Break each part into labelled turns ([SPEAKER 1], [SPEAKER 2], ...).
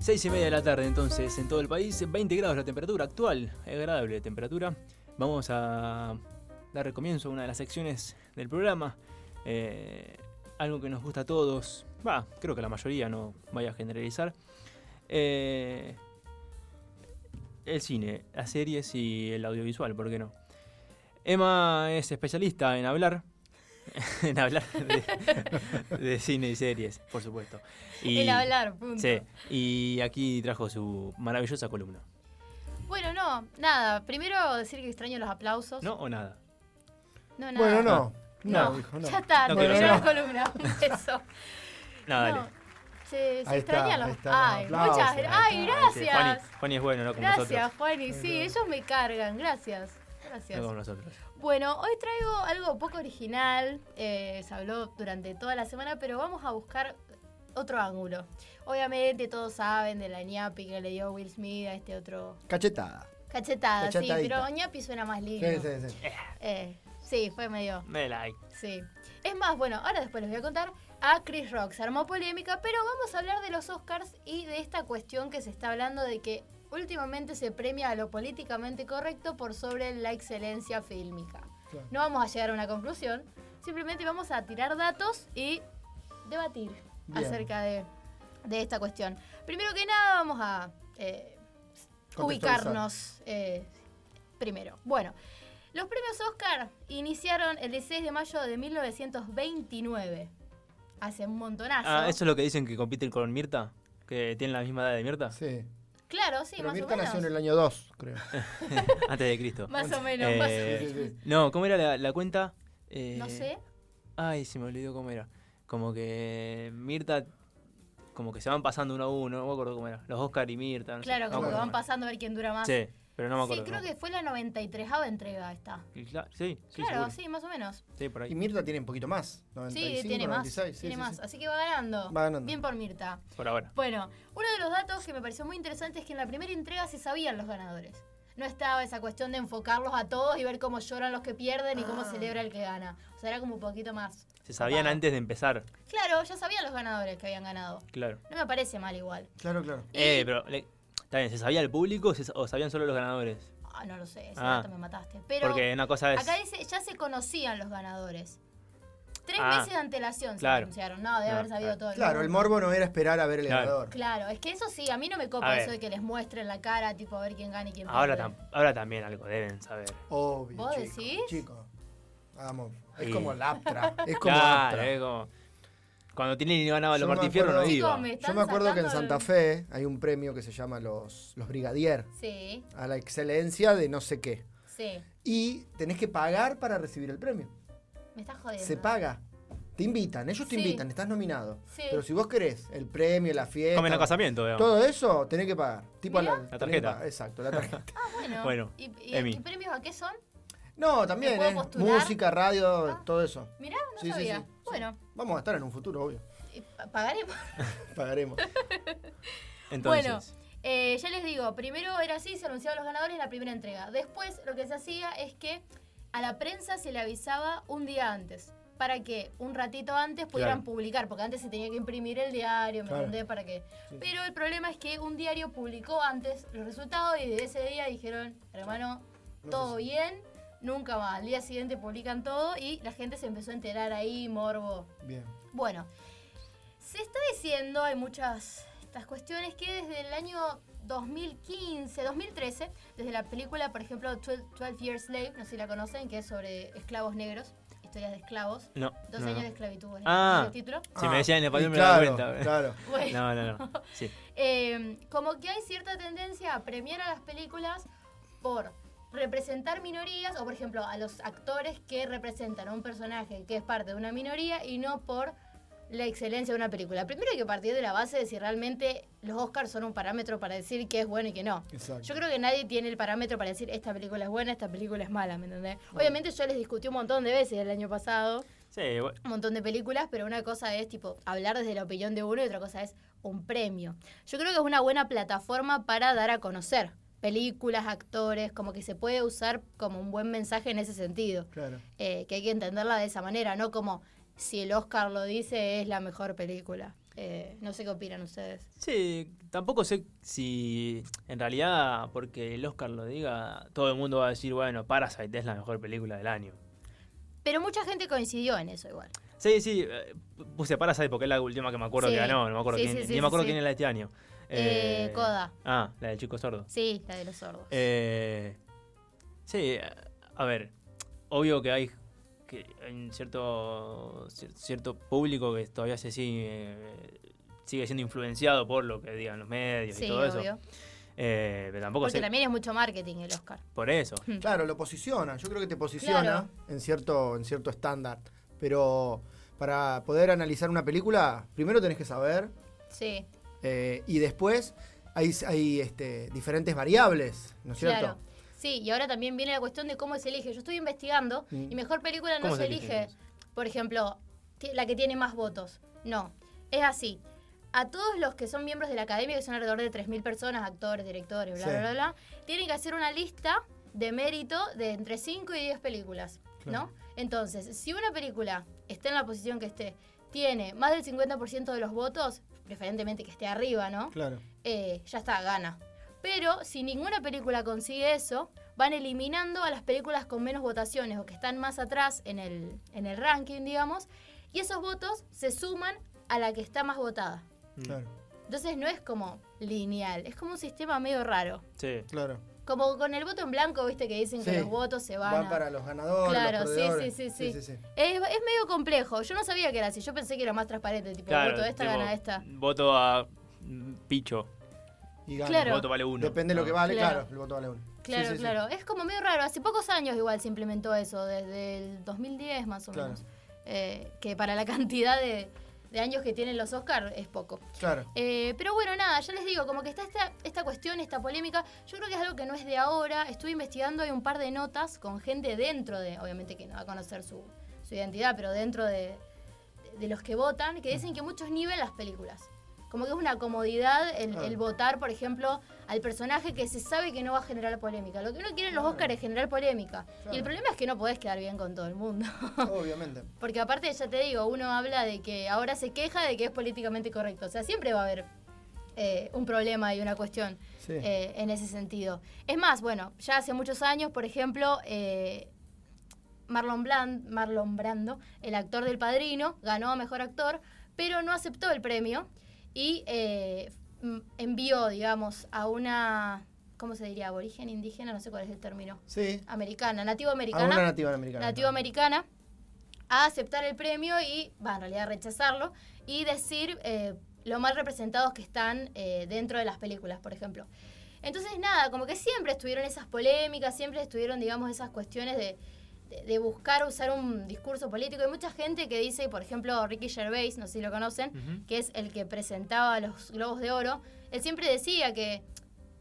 [SPEAKER 1] 6 y media de la tarde entonces en todo el país, 20 grados la temperatura actual, agradable temperatura. Vamos a dar comienzo a una de las secciones del programa, eh, algo que nos gusta a todos, va, creo que la mayoría, no vaya a generalizar. Eh, el cine, las series y el audiovisual, ¿por qué no? Emma es especialista en hablar. en hablar de, de cine y series, por supuesto. Y,
[SPEAKER 2] El hablar, punto.
[SPEAKER 1] Sí, y aquí trajo su maravillosa columna.
[SPEAKER 2] Bueno, no, nada. Primero decir que extraño los aplausos.
[SPEAKER 1] ¿No o nada?
[SPEAKER 2] no nada.
[SPEAKER 3] Bueno, no. No,
[SPEAKER 2] No,
[SPEAKER 3] hijo, no.
[SPEAKER 2] ya está,
[SPEAKER 1] No
[SPEAKER 2] terminó
[SPEAKER 1] quiero
[SPEAKER 2] la
[SPEAKER 1] saber.
[SPEAKER 2] columna. Un beso.
[SPEAKER 1] Nada,
[SPEAKER 2] No,
[SPEAKER 1] dale.
[SPEAKER 2] Se, se
[SPEAKER 3] Ahí está,
[SPEAKER 2] extrañan
[SPEAKER 3] ahí
[SPEAKER 2] los.
[SPEAKER 3] está, los
[SPEAKER 2] ay,
[SPEAKER 3] aplausos.
[SPEAKER 2] muchas gra- Ay,
[SPEAKER 1] Sí,
[SPEAKER 2] gracias.
[SPEAKER 1] Juani, Juani es bueno, ¿no? Como
[SPEAKER 2] gracias,
[SPEAKER 1] nosotros.
[SPEAKER 2] Juani. Sí,
[SPEAKER 3] Perdón.
[SPEAKER 2] ellos me cargan. Gracias. Gracias.
[SPEAKER 1] No como nosotros.
[SPEAKER 2] Bueno, hoy traigo algo poco original, eh, se habló durante toda la semana, pero vamos a buscar otro ángulo. Obviamente todos saben de la ñapi que le dio Will Smith a este otro...
[SPEAKER 3] Cachetada.
[SPEAKER 2] Cachetada, sí,
[SPEAKER 3] Cachetadita.
[SPEAKER 2] pero ñapi suena más
[SPEAKER 3] Sí,
[SPEAKER 2] lindo.
[SPEAKER 3] sí, sí.
[SPEAKER 2] Eh, sí, fue medio...
[SPEAKER 1] Me like.
[SPEAKER 2] Sí. Es más, bueno, ahora después les voy a contar a Chris Rock. Se armó polémica, pero vamos a hablar de los Oscars y de esta cuestión que se está hablando de que últimamente se premia a lo políticamente correcto por sobre la excelencia fílmica.
[SPEAKER 3] Claro.
[SPEAKER 2] No vamos a llegar a una conclusión, simplemente vamos a tirar datos y debatir
[SPEAKER 3] Bien.
[SPEAKER 2] acerca de, de esta cuestión. Primero que nada, vamos a eh, ubicarnos eh, primero. Bueno, los premios Oscar iniciaron el 16 de mayo de 1929. Hace un montonazo.
[SPEAKER 1] Ah, ¿eso es lo que dicen que compiten con Mirta? ¿Que tienen la misma edad de Mirta?
[SPEAKER 3] Sí.
[SPEAKER 2] Claro, sí,
[SPEAKER 3] Pero
[SPEAKER 2] más o,
[SPEAKER 3] Mirta nació en
[SPEAKER 2] menos.
[SPEAKER 3] el año 2, creo.
[SPEAKER 1] Antes de Cristo.
[SPEAKER 2] Más o menos. más o
[SPEAKER 1] Eh,
[SPEAKER 2] menos.
[SPEAKER 3] Sí, sí,
[SPEAKER 1] No, ¿cómo era la, la cuenta? Eh,
[SPEAKER 2] No sé.
[SPEAKER 1] Ay, se me olvidó cómo era. Como que Mirta, como que se van pasando uno a uno, no me acuerdo cómo era. Los Oscar y Mirta. no sé,
[SPEAKER 2] Claro,
[SPEAKER 1] no me
[SPEAKER 2] como que
[SPEAKER 1] acuerdo
[SPEAKER 2] van
[SPEAKER 1] cómo era.
[SPEAKER 2] pasando a ver quién dura más.
[SPEAKER 1] Sí, pero no me
[SPEAKER 2] sí,
[SPEAKER 1] acuerdo.
[SPEAKER 2] creo que fue la 93 entrega esta.
[SPEAKER 1] que... Sí, sí,
[SPEAKER 2] claro,
[SPEAKER 1] seguro.
[SPEAKER 2] sí, más o menos.
[SPEAKER 1] Sí, por
[SPEAKER 3] Y
[SPEAKER 1] ahí.
[SPEAKER 3] Mirta tiene un poquito más. 95,
[SPEAKER 2] sí, tiene más.
[SPEAKER 3] 96, sí,
[SPEAKER 2] tiene
[SPEAKER 3] sí,
[SPEAKER 2] más.
[SPEAKER 3] sí.
[SPEAKER 2] Así que va ganando.
[SPEAKER 3] Va ganando.
[SPEAKER 2] Bien por Mirta.
[SPEAKER 1] Por ahora.
[SPEAKER 2] Bueno, uno de los datos que me pareció muy interesante es que en la primera entrega se sabían los ganadores. No estaba esa cuestión de enfocarlos a todos y ver cómo lloran los que pierden y
[SPEAKER 1] Ah.
[SPEAKER 2] cómo celebra el que gana. O sea, era como un poquito más.
[SPEAKER 1] Se sabían
[SPEAKER 2] copado.
[SPEAKER 1] antes de empezar,
[SPEAKER 2] Claro, ya sabían los ganadores que habían ganado.
[SPEAKER 1] claro.
[SPEAKER 2] No me parece mal igual.
[SPEAKER 3] Claro, claro.
[SPEAKER 1] Eh, pero le- está bien, ¿se sabía el público o se- o sabían solo los ganadores?
[SPEAKER 2] Ah, no lo sé, ese
[SPEAKER 1] Ah.
[SPEAKER 2] dato me mataste. Pero
[SPEAKER 1] Porque una cosa es.
[SPEAKER 2] acá dice, ya se conocían los ganadores. Tres
[SPEAKER 1] Ah,
[SPEAKER 2] meses de antelación se
[SPEAKER 1] claro.
[SPEAKER 2] anunciaron. No, de
[SPEAKER 1] No,
[SPEAKER 2] haber sabido
[SPEAKER 1] claro.
[SPEAKER 2] todo.
[SPEAKER 3] Claro, el
[SPEAKER 2] mundo.
[SPEAKER 3] morbo no era esperar a ver el
[SPEAKER 1] Claro.
[SPEAKER 3] ganador.
[SPEAKER 2] Claro, es que eso sí, a mí no me
[SPEAKER 1] A
[SPEAKER 2] copa
[SPEAKER 1] ver.
[SPEAKER 2] eso de que les muestren la cara, tipo a ver quién gana y quién
[SPEAKER 1] ahora,
[SPEAKER 2] pierde.
[SPEAKER 1] tam- ahora también algo deben saber.
[SPEAKER 3] Obvio.
[SPEAKER 2] ¿Vos
[SPEAKER 3] chico,
[SPEAKER 2] decís?
[SPEAKER 3] Chico. Vamos. Es
[SPEAKER 1] Sí.
[SPEAKER 3] como el Aptra. Es como
[SPEAKER 1] claro, eh.
[SPEAKER 3] Aptra.
[SPEAKER 1] es como- Cuando tienen ganado
[SPEAKER 3] Yo
[SPEAKER 1] los
[SPEAKER 3] me
[SPEAKER 1] Martín Fierro no
[SPEAKER 3] acuerdo-
[SPEAKER 1] iba.
[SPEAKER 2] Chicos, me
[SPEAKER 3] Yo
[SPEAKER 2] están
[SPEAKER 3] me acuerdo que en
[SPEAKER 2] sacando
[SPEAKER 3] Santa
[SPEAKER 2] el-
[SPEAKER 3] Fe hay un premio que se llama los, los Brigadier.
[SPEAKER 2] Sí,
[SPEAKER 3] A la excelencia de no sé qué.
[SPEAKER 2] sí.
[SPEAKER 3] Y tenés que pagar para recibir el premio.
[SPEAKER 2] Me estás jodiendo.
[SPEAKER 3] Se paga. Te invitan, ellos te
[SPEAKER 2] Sí.
[SPEAKER 3] invitan, estás nominado.
[SPEAKER 2] Sí.
[SPEAKER 3] Pero si vos querés el premio, la fiesta.
[SPEAKER 1] Comen a casamiento, digamos.
[SPEAKER 3] Todo eso tenés que pagar. Tipo
[SPEAKER 2] Mirá.
[SPEAKER 3] tenés que
[SPEAKER 1] tarjeta.
[SPEAKER 3] pagar, Exacto, la tarjeta.
[SPEAKER 2] Ah, bueno.
[SPEAKER 1] Bueno,
[SPEAKER 2] ¿Y, y-
[SPEAKER 1] Emi.
[SPEAKER 2] y premios a qué son?
[SPEAKER 3] No, también,
[SPEAKER 2] puedo
[SPEAKER 3] ¿eh?
[SPEAKER 2] postular?
[SPEAKER 3] Música, radio,
[SPEAKER 2] Ah.
[SPEAKER 3] todo eso.
[SPEAKER 2] Mirá, no
[SPEAKER 3] Sí, sí,
[SPEAKER 2] sabía.
[SPEAKER 3] sí, sí.
[SPEAKER 2] Bueno,
[SPEAKER 3] Vamos a estar en un futuro, obvio.
[SPEAKER 2] y pa- pagaremos.
[SPEAKER 3] Pagaremos.
[SPEAKER 1] Entonces,
[SPEAKER 2] Bueno, eh, ya les digo, primero era así, se anunciaban los ganadores en la primera entrega. Después lo que se hacía es que a la prensa se le avisaba un día antes, para que un ratito antes pudieran
[SPEAKER 1] Claro.
[SPEAKER 2] publicar, porque antes se tenía que imprimir el diario, ¿me
[SPEAKER 3] Claro.
[SPEAKER 2] entendés? Para que... Pero el problema es que un diario publicó antes los resultados y de ese día dijeron, hermano,
[SPEAKER 3] No
[SPEAKER 2] todo
[SPEAKER 3] sé
[SPEAKER 2] bien, nunca más. Al día siguiente publican todo y la gente se empezó a enterar ahí, morbo.
[SPEAKER 3] Bien.
[SPEAKER 2] Bueno, se está diciendo, hay muchas estas cuestiones, que desde el año 2015, 2013, desde la película, por ejemplo, 12, 12 Years Slave, no sé si la conocen, que es sobre esclavos negros, historias de esclavos,
[SPEAKER 1] no.
[SPEAKER 2] 12
[SPEAKER 1] no, no.
[SPEAKER 2] años de esclavitud, es
[SPEAKER 1] Ah.
[SPEAKER 2] el título.
[SPEAKER 1] Si me decían en español
[SPEAKER 3] y
[SPEAKER 1] me
[SPEAKER 3] claro,
[SPEAKER 1] daba cuenta.
[SPEAKER 3] Claro.
[SPEAKER 1] No,
[SPEAKER 2] Bueno.
[SPEAKER 1] no, no. Sí.
[SPEAKER 2] Eh, como que hay cierta tendencia a premiar a las películas por representar minorías o por ejemplo a los actores que representan a un personaje que es parte de una minoría y no por la excelencia de una película. Primero hay que partir de la base de si realmente los Oscars son un parámetro para decir qué es bueno y qué no.
[SPEAKER 3] Exacto.
[SPEAKER 2] Yo creo que nadie tiene el parámetro para decir esta película es buena, esta película es mala, ¿me entendés? Obviamente yo les discutí un montón de veces el año pasado
[SPEAKER 1] Sí, bueno.
[SPEAKER 2] un montón de películas, pero una cosa es tipo hablar desde la opinión de uno y otra cosa es un premio. Yo creo que es una buena plataforma para dar a conocer películas, actores, como que se puede usar como un buen mensaje en ese sentido.
[SPEAKER 3] Claro.
[SPEAKER 2] Eh, que hay que entenderla de esa manera, no como si el Oscar lo dice, es la mejor película. Eh, no sé qué opinan ustedes.
[SPEAKER 1] Sí, tampoco sé si en realidad, porque el Oscar lo diga, todo el mundo va a decir, bueno, Parasite es la mejor película del año.
[SPEAKER 2] Pero mucha gente coincidió en eso igual.
[SPEAKER 1] Sí, sí, eh, puse Parasite porque es la última que me acuerdo
[SPEAKER 2] Sí.
[SPEAKER 1] que ganó, no me acuerdo
[SPEAKER 2] Sí,
[SPEAKER 1] quién,
[SPEAKER 2] sí, sí,
[SPEAKER 1] ni me acuerdo
[SPEAKER 2] sí,
[SPEAKER 1] quién
[SPEAKER 2] sí.
[SPEAKER 1] es la de este año.
[SPEAKER 2] Eh, Coda.
[SPEAKER 1] Ah, la del chico sordo.
[SPEAKER 2] Sí, la de los sordos.
[SPEAKER 1] Eh, sí, a ver, obvio que hay que hay un cierto cier- cierto público que todavía se sigue eh, sigue siendo influenciado por lo que digan los medios
[SPEAKER 2] sí,
[SPEAKER 1] y todo eso.
[SPEAKER 2] obvio.
[SPEAKER 1] Eh, pero tampoco
[SPEAKER 2] Porque
[SPEAKER 1] sé
[SPEAKER 2] también es mucho marketing el Oscar.
[SPEAKER 1] por eso.
[SPEAKER 3] Claro, lo posiciona. Yo creo que te posiciona en cierto en cierto estándar. Pero para poder analizar una película, primero tenés que saber
[SPEAKER 2] Sí,
[SPEAKER 3] eh, y después hay, hay este, diferentes variables, ¿no es
[SPEAKER 2] claro.
[SPEAKER 3] cierto?
[SPEAKER 2] Sí, y ahora también viene la cuestión de cómo se elige. Yo estoy investigando
[SPEAKER 3] Mm.
[SPEAKER 2] y mejor película no
[SPEAKER 1] ¿Cómo
[SPEAKER 2] se
[SPEAKER 1] se elige
[SPEAKER 2] elige. Por ejemplo, ti- la que tiene más votos. No, es así. A todos los que son miembros de la academia, que son alrededor de 3.000 personas, actores, directores, bla,
[SPEAKER 3] Sí.
[SPEAKER 2] bla, bla, bla, tienen que hacer una lista de mérito de entre 5 y 10 películas,
[SPEAKER 3] Claro.
[SPEAKER 2] ¿no? Entonces, si una película está en la posición que esté, tiene más del 50% de los votos, preferentemente que esté arriba, ¿no?
[SPEAKER 3] Claro.
[SPEAKER 2] eh, ya está, gana. Pero si ninguna película consigue eso, van eliminando a las películas con menos votaciones o que están más atrás en el, en el ranking, digamos, y esos votos se suman a la que está más votada.
[SPEAKER 1] Mm,
[SPEAKER 3] Claro,
[SPEAKER 2] Entonces no es como lineal, es como un sistema medio raro.
[SPEAKER 1] Sí.
[SPEAKER 3] claro.
[SPEAKER 2] Como con el voto en blanco, viste que dicen
[SPEAKER 3] Sí.
[SPEAKER 2] que los votos se van.
[SPEAKER 3] Van
[SPEAKER 2] a-
[SPEAKER 3] para los ganadores,
[SPEAKER 2] Claro,
[SPEAKER 3] los
[SPEAKER 2] sí,
[SPEAKER 3] perdedores.
[SPEAKER 2] sí, sí, sí. Es, es medio complejo, yo no sabía que era así, yo pensé que era más transparente, tipo,
[SPEAKER 1] Claro,
[SPEAKER 2] voto esta,
[SPEAKER 1] tipo,
[SPEAKER 2] gana esta.
[SPEAKER 1] Voto a mm, Picho.
[SPEAKER 3] Y gana.
[SPEAKER 2] Claro.
[SPEAKER 1] Voto vale uno.
[SPEAKER 3] Depende de lo
[SPEAKER 1] Ah.
[SPEAKER 3] que vale, claro,
[SPEAKER 2] Claro.
[SPEAKER 3] el voto vale uno. Sí,
[SPEAKER 2] Claro,
[SPEAKER 3] sí, sí.
[SPEAKER 2] claro. Es como medio raro. Hace pocos años igual se implementó eso, desde el 2010 más o
[SPEAKER 3] Claro.
[SPEAKER 2] menos. Eh, que para la cantidad de, de años que tienen los Oscars es poco.
[SPEAKER 3] Claro.
[SPEAKER 2] Eh, pero bueno, nada, ya les digo, como que está esta, esta cuestión, esta polémica, yo creo que es algo que no es de ahora, estuve investigando, hay un par de notas con gente dentro de, obviamente que no va a conocer su, su identidad, pero dentro de, de los que votan, que dicen que muchos nivelan las películas. Como que es una comodidad el,
[SPEAKER 3] Claro.
[SPEAKER 2] el votar, por ejemplo, al personaje que se sabe que no va a generar polémica. Lo que uno quiere en los
[SPEAKER 3] Claro.
[SPEAKER 2] Oscars es generar polémica. Y
[SPEAKER 3] Claro.
[SPEAKER 2] el problema es que no podés quedar bien con todo el mundo.
[SPEAKER 3] Obviamente.
[SPEAKER 2] Porque aparte, ya te digo, uno habla de que ahora se queja de que es políticamente correcto. O sea, siempre va a haber eh, un problema y una cuestión
[SPEAKER 3] Sí.
[SPEAKER 2] eh, en ese sentido. Es más, bueno, ya hace muchos años, por ejemplo, eh, Marlon, Blan- Marlon Brando, el actor del Padrino, ganó a Mejor Actor, pero no aceptó el premio y eh, m- envió, digamos, a una, ¿cómo se diría? Aborigen indígena, no sé cuál es el término.
[SPEAKER 3] sí.
[SPEAKER 2] Americana, nativo
[SPEAKER 3] A
[SPEAKER 2] americana
[SPEAKER 3] una nativa americana.
[SPEAKER 2] nativoamericana a aceptar el premio y, va, en realidad rechazarlo, y decir eh, lo mal representados que están eh, dentro de las películas, por ejemplo. Entonces, nada, como que siempre estuvieron esas polémicas, siempre estuvieron, digamos, esas cuestiones de, de- de buscar usar un discurso político. Hay mucha gente que dice, por ejemplo, Ricky Gervais, no sé si lo conocen,
[SPEAKER 1] Ujú.
[SPEAKER 2] que es el que presentaba los Globos de Oro, él siempre decía que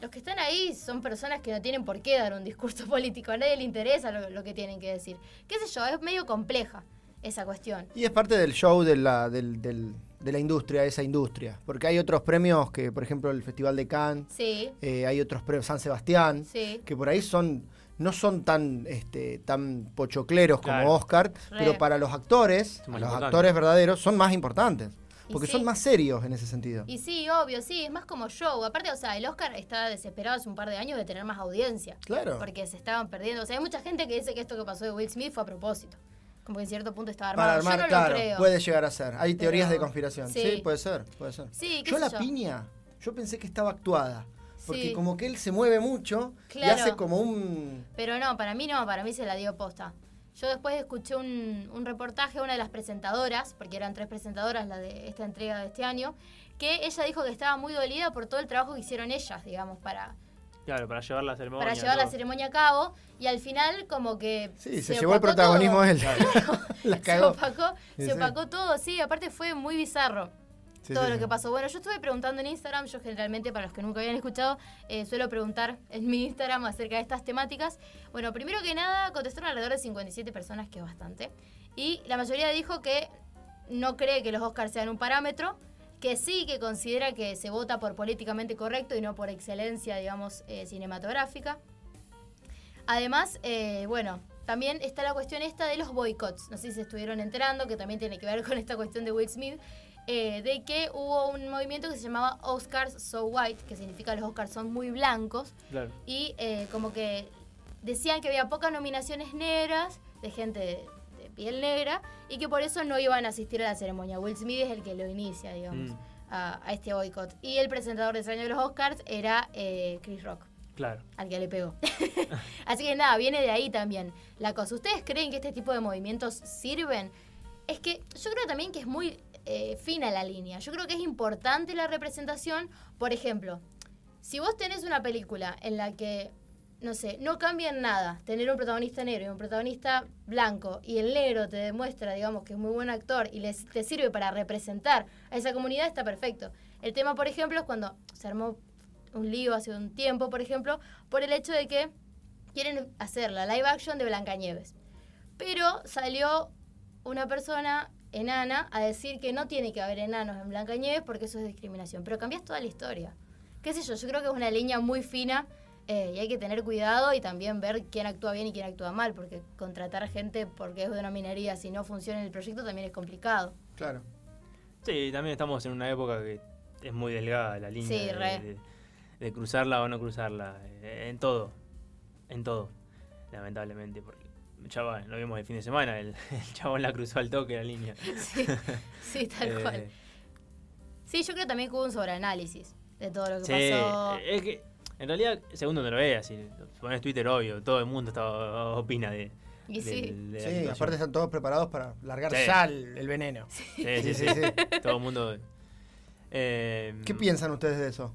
[SPEAKER 2] los que están ahí son personas que no tienen por qué dar un discurso político, a nadie le interesa lo, lo que tienen que decir. ¿Qué sé yo? Es medio compleja esa cuestión.
[SPEAKER 3] Y es parte del show de la, del- del- de la industria, esa industria. Porque hay otros premios que, por ejemplo, el Festival de Cannes,
[SPEAKER 2] Sí,
[SPEAKER 3] eh, hay otros premios, San Sebastián,
[SPEAKER 2] sí.
[SPEAKER 3] que por ahí son no son tan este, tan pochocleros
[SPEAKER 1] Claro.
[SPEAKER 3] como Oscar, pero para los actores,
[SPEAKER 1] Son
[SPEAKER 3] los
[SPEAKER 1] más importantes.
[SPEAKER 3] actores verdaderos son más importantes,
[SPEAKER 2] Y
[SPEAKER 3] porque
[SPEAKER 2] sí.
[SPEAKER 3] son más serios en ese sentido.
[SPEAKER 2] Y sí, obvio, sí, es más como show. Aparte, o sea, el Oscar está desesperado hace un par de años de tener más audiencia.
[SPEAKER 3] Claro.
[SPEAKER 2] Porque se estaban perdiendo. O sea, hay mucha gente que dice que esto que pasó de Will Smith fue a propósito. Como que en cierto punto estaba armado.
[SPEAKER 3] Para armar,
[SPEAKER 2] Yo no
[SPEAKER 3] claro,
[SPEAKER 2] lo creo.
[SPEAKER 3] puede llegar a ser. Hay
[SPEAKER 2] Pero-
[SPEAKER 3] teorías de conspiración. Sí.
[SPEAKER 2] sí.
[SPEAKER 3] puede ser, puede ser.
[SPEAKER 2] Sí, qué
[SPEAKER 3] yo
[SPEAKER 2] sé
[SPEAKER 3] la
[SPEAKER 2] yo.
[SPEAKER 3] piña, yo pensé que estaba actuada, porque
[SPEAKER 2] Sí.
[SPEAKER 3] como que él se mueve mucho y
[SPEAKER 2] Claro.
[SPEAKER 3] hace como un
[SPEAKER 2] Pero no, para mí no, para mí se la dio posta. Yo después escuché un, un reportaje de una de las presentadoras, porque eran tres presentadoras la de esta entrega de este año, que ella dijo que estaba muy dolida por todo el trabajo que hicieron ellas, digamos, para,
[SPEAKER 1] Claro, para llevar la ceremonia.
[SPEAKER 2] para llevar la
[SPEAKER 1] todo.
[SPEAKER 2] ceremonia a cabo. Y al final como que...
[SPEAKER 3] Sí, se, llevó el
[SPEAKER 2] opacó
[SPEAKER 3] protagonismo
[SPEAKER 2] todo.
[SPEAKER 3] él. La
[SPEAKER 2] Se
[SPEAKER 3] cagó.
[SPEAKER 2] opacó,
[SPEAKER 3] Sí, sí.
[SPEAKER 2] se opacó todo, sí, aparte fue muy bizarro
[SPEAKER 3] Sí,
[SPEAKER 2] todo
[SPEAKER 3] sí,
[SPEAKER 2] lo
[SPEAKER 3] sí.
[SPEAKER 2] que pasó. Bueno, yo estuve preguntando en Instagram, yo generalmente, para los que nunca habían escuchado, eh, suelo preguntar en mi Instagram acerca de estas temáticas. Bueno, primero que nada, contestaron alrededor de 57 personas, que es bastante. Y la mayoría dijo que no cree que los Oscars sean un parámetro, que sí, que considera que se vota por políticamente correcto y no por excelencia, digamos, eh, cinematográfica. Además, eh, bueno, También está la cuestión esta de los boicots. No sé si se estuvieron enterando, que también tiene que ver con esta cuestión de Will Smith, eh, de que hubo un movimiento que se llamaba Oscars So White, que significa los Oscars son muy blancos,
[SPEAKER 1] Claro.
[SPEAKER 2] y eh, como que decían que había pocas nominaciones negras de gente de, de piel negra y que por eso no iban a asistir a la ceremonia. Will Smith es el que lo inicia, digamos,
[SPEAKER 1] Mm,
[SPEAKER 2] a, a este boicot. Y el presentador de ese año de los Oscars era eh, Chris Rock
[SPEAKER 1] claro.
[SPEAKER 2] al que le pegó. Así que nada, viene de ahí también la cosa. ¿Ustedes creen que este tipo de movimientos sirven? Es que yo creo también que es muy eh, fina la línea. Yo creo que es importante la representación. Por ejemplo, si vos tenés una película en la que, no sé, no cambia en nada tener un protagonista negro y un protagonista blanco, y el negro te demuestra, digamos, que es muy buen actor y les, te sirve para representar a esa comunidad, está perfecto. El tema, por ejemplo, es cuando se armó un lío hace un tiempo, por ejemplo, por el hecho de que quieren hacer la live action de Blancanieves. Pero salió una persona enana a decir que no tiene que haber enanos en Blancanieves porque eso es discriminación. Pero cambias toda la historia. ¿Qué sé yo? Yo creo que es una línea muy fina eh, y hay que tener cuidado y también ver quién actúa bien y quién actúa mal, porque contratar gente porque es de una minería si no funciona el proyecto también es complicado.
[SPEAKER 3] Claro.
[SPEAKER 1] Sí, también estamos en una época que es muy delgada la línea
[SPEAKER 2] Sí,
[SPEAKER 1] de,
[SPEAKER 2] re.
[SPEAKER 1] de- de cruzarla o no cruzarla. eh, En todo. En todo. Lamentablemente. Porque chaval, lo vimos el fin de semana. El, el chabón la cruzó al toque la línea.
[SPEAKER 2] Sí, sí tal
[SPEAKER 1] Eh,
[SPEAKER 2] cual. Sí, yo creo también que hubo un sobreanálisis de todo lo que
[SPEAKER 1] Sí, eh,
[SPEAKER 2] pasó.
[SPEAKER 1] es que en realidad, según donde lo veas, si pones Twitter, obvio, todo el mundo está, opina de.
[SPEAKER 2] Y
[SPEAKER 1] de-
[SPEAKER 2] sí.
[SPEAKER 1] de la
[SPEAKER 3] Sí,
[SPEAKER 1] situación.
[SPEAKER 3] aparte están todos preparados para largar
[SPEAKER 1] Sí.
[SPEAKER 3] ya el, el veneno.
[SPEAKER 1] Sí, sí, sí, Todo el mundo. eh,
[SPEAKER 3] ¿Qué piensan ustedes de eso?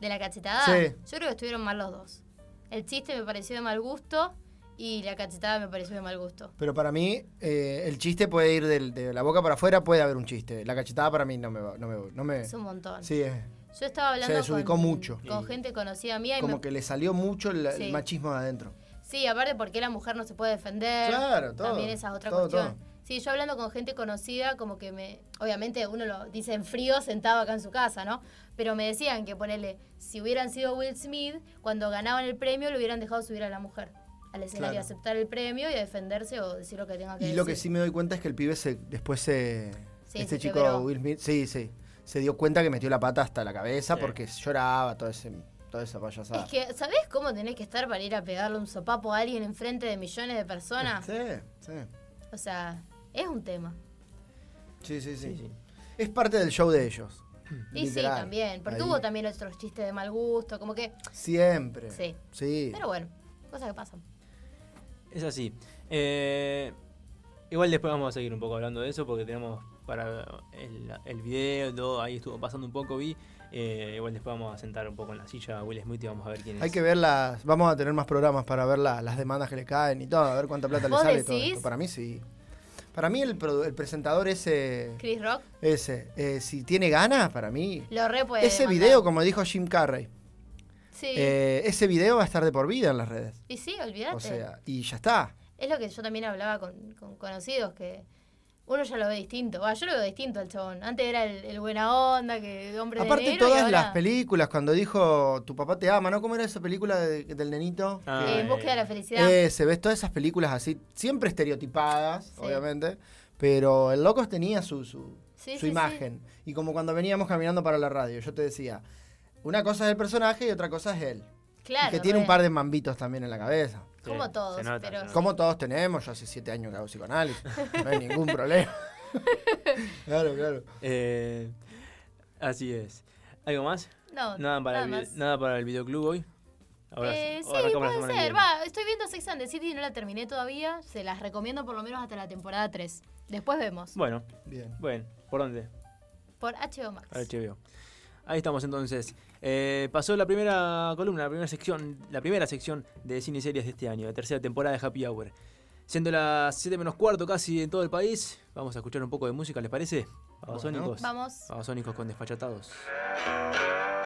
[SPEAKER 2] ¿De la cachetada?
[SPEAKER 3] Sí.
[SPEAKER 2] Yo creo que estuvieron mal los dos. El chiste me pareció de mal gusto y la cachetada me pareció de mal gusto.
[SPEAKER 3] Pero para mí, eh, el chiste puede ir del- de la boca para afuera, puede haber un chiste. La cachetada para mí no me va. No me, no me-
[SPEAKER 2] Es un montón.
[SPEAKER 3] sí, es
[SPEAKER 2] Yo estaba hablando
[SPEAKER 3] Se desubicó
[SPEAKER 2] con,
[SPEAKER 3] mucho.
[SPEAKER 2] con
[SPEAKER 1] Y-
[SPEAKER 2] gente conocida mía y
[SPEAKER 3] como
[SPEAKER 2] me-
[SPEAKER 3] que le salió mucho el, el
[SPEAKER 2] Sí.
[SPEAKER 3] machismo de adentro.
[SPEAKER 2] sí, aparte porque la mujer no se puede defender.
[SPEAKER 3] Claro, todo,
[SPEAKER 2] También esa es otra
[SPEAKER 3] todo,
[SPEAKER 2] cuestión. Sí, yo hablando con gente conocida, como que me. Obviamente uno lo dice en frío sentado acá en su casa, ¿no? Pero me decían que ponele, si hubieran sido Will Smith, cuando ganaban el premio, lo hubieran dejado subir a la mujer al escenario,
[SPEAKER 3] Claro.
[SPEAKER 2] a aceptar el premio y a defenderse o decir lo que tenga que
[SPEAKER 3] Y
[SPEAKER 2] decir.
[SPEAKER 3] lo que sí me doy cuenta es que el pibe se, después se.
[SPEAKER 2] Sí,
[SPEAKER 3] este
[SPEAKER 2] se
[SPEAKER 3] chico
[SPEAKER 2] quebró.
[SPEAKER 3] Will Smith, sí, sí. Se dio cuenta que metió la pata hasta la cabeza
[SPEAKER 1] Sí.
[SPEAKER 3] porque lloraba, todo ese, toda esa payasada.
[SPEAKER 2] Es que, ¿sabés cómo tenés que estar para ir a pegarle un sopapo a alguien enfrente de millones de personas?
[SPEAKER 3] Sí, sí.
[SPEAKER 2] O sea, es un tema.
[SPEAKER 3] Sí, sí, sí.
[SPEAKER 1] sí, sí.
[SPEAKER 3] Es parte del show de ellos.
[SPEAKER 2] Y sí,
[SPEAKER 3] Literal.
[SPEAKER 2] también. Porque
[SPEAKER 3] Ahí.
[SPEAKER 2] hubo también otros chistes de mal gusto, como que.
[SPEAKER 3] Siempre.
[SPEAKER 2] Sí.
[SPEAKER 3] Sí.
[SPEAKER 2] Pero bueno, cosas que pasan.
[SPEAKER 1] Es así. Eh, igual después vamos a seguir un poco hablando de eso porque tenemos para el, el video, todo, ahí estuvo pasando un poco, vi. Eh, igual después vamos a sentar un poco en la silla a Will Smith y vamos a ver quién
[SPEAKER 3] Hay
[SPEAKER 1] es.
[SPEAKER 3] que ver las. Vamos a tener más programas para ver la- las demandas que le caen y todo, a ver cuánta plata le
[SPEAKER 2] ¿Vos
[SPEAKER 3] sale
[SPEAKER 2] decís?
[SPEAKER 3] todo. esto. Para mí sí. Para mí el, produ- el presentador ese,
[SPEAKER 2] Chris Rock
[SPEAKER 3] ese eh, si tiene ganas, para mí.
[SPEAKER 2] lo re puede.
[SPEAKER 3] Ese
[SPEAKER 2] demandar.
[SPEAKER 3] video, como dijo Jim Carrey,
[SPEAKER 2] Sí.
[SPEAKER 3] eh, ese video va a estar de por vida en las redes.
[SPEAKER 2] y sí, olvídate.
[SPEAKER 3] O sea, y ya está.
[SPEAKER 2] Es lo que yo también hablaba con, con conocidos, que uno ya lo ve distinto. Va, yo lo veo distinto al chabón. Antes era el, el buena onda, que hombre de
[SPEAKER 3] Aparte,
[SPEAKER 2] negro, y
[SPEAKER 3] todas
[SPEAKER 2] ahora,
[SPEAKER 3] las películas, cuando dijo Tu papá te ama, ¿no? ¿Cómo era esa película de- del nenito?
[SPEAKER 1] Ah,
[SPEAKER 2] eh, En búsqueda de la felicidad.
[SPEAKER 3] Eh, se ves todas esas películas así, siempre estereotipadas, obviamente, pero el Locos tenía su, su,
[SPEAKER 2] Sí,
[SPEAKER 3] su
[SPEAKER 2] sí,
[SPEAKER 3] imagen. Y como cuando veníamos caminando para la radio, yo te decía, una cosa es el personaje y otra cosa es él.
[SPEAKER 2] claro.
[SPEAKER 3] y que tiene
[SPEAKER 2] re.
[SPEAKER 3] un par de mambitos también en la cabeza.
[SPEAKER 1] Sí,
[SPEAKER 2] como
[SPEAKER 1] se
[SPEAKER 2] todos,
[SPEAKER 1] nota,
[SPEAKER 2] pero-
[SPEAKER 1] se nota.
[SPEAKER 3] Como todos tenemos, yo hace siete años que hago psicoanálisis, no hay ningún problema. claro, claro.
[SPEAKER 1] Eh, así es. ¿Algo más?
[SPEAKER 2] No,
[SPEAKER 1] Nada para, el,
[SPEAKER 2] más.
[SPEAKER 1] vi- nada para el videoclub hoy. Ahora
[SPEAKER 2] Eh,
[SPEAKER 1] o
[SPEAKER 2] sí,
[SPEAKER 1] arrancamos la
[SPEAKER 2] puede
[SPEAKER 1] semana que
[SPEAKER 2] ser.
[SPEAKER 1] viene.
[SPEAKER 2] Va, estoy viendo Sex and the City y no la terminé todavía. Se las recomiendo por lo menos hasta la temporada 3. Después vemos.
[SPEAKER 1] Bueno,
[SPEAKER 3] Bien.
[SPEAKER 1] bueno, ¿por dónde?
[SPEAKER 2] Por HBO Max.
[SPEAKER 1] Ahora te veo. Ahí estamos entonces. Eh, pasó la primera columna, la primera sección, la primera sección de cine y series de este año, la tercera temporada de Happy Hour. Siendo las 7 menos cuarto casi en todo el país, vamos a escuchar un poco de música, ¿les parece? Babasónicos.
[SPEAKER 2] Vamos.
[SPEAKER 1] Babasónicos con despachatados.
[SPEAKER 4] Desfachatados.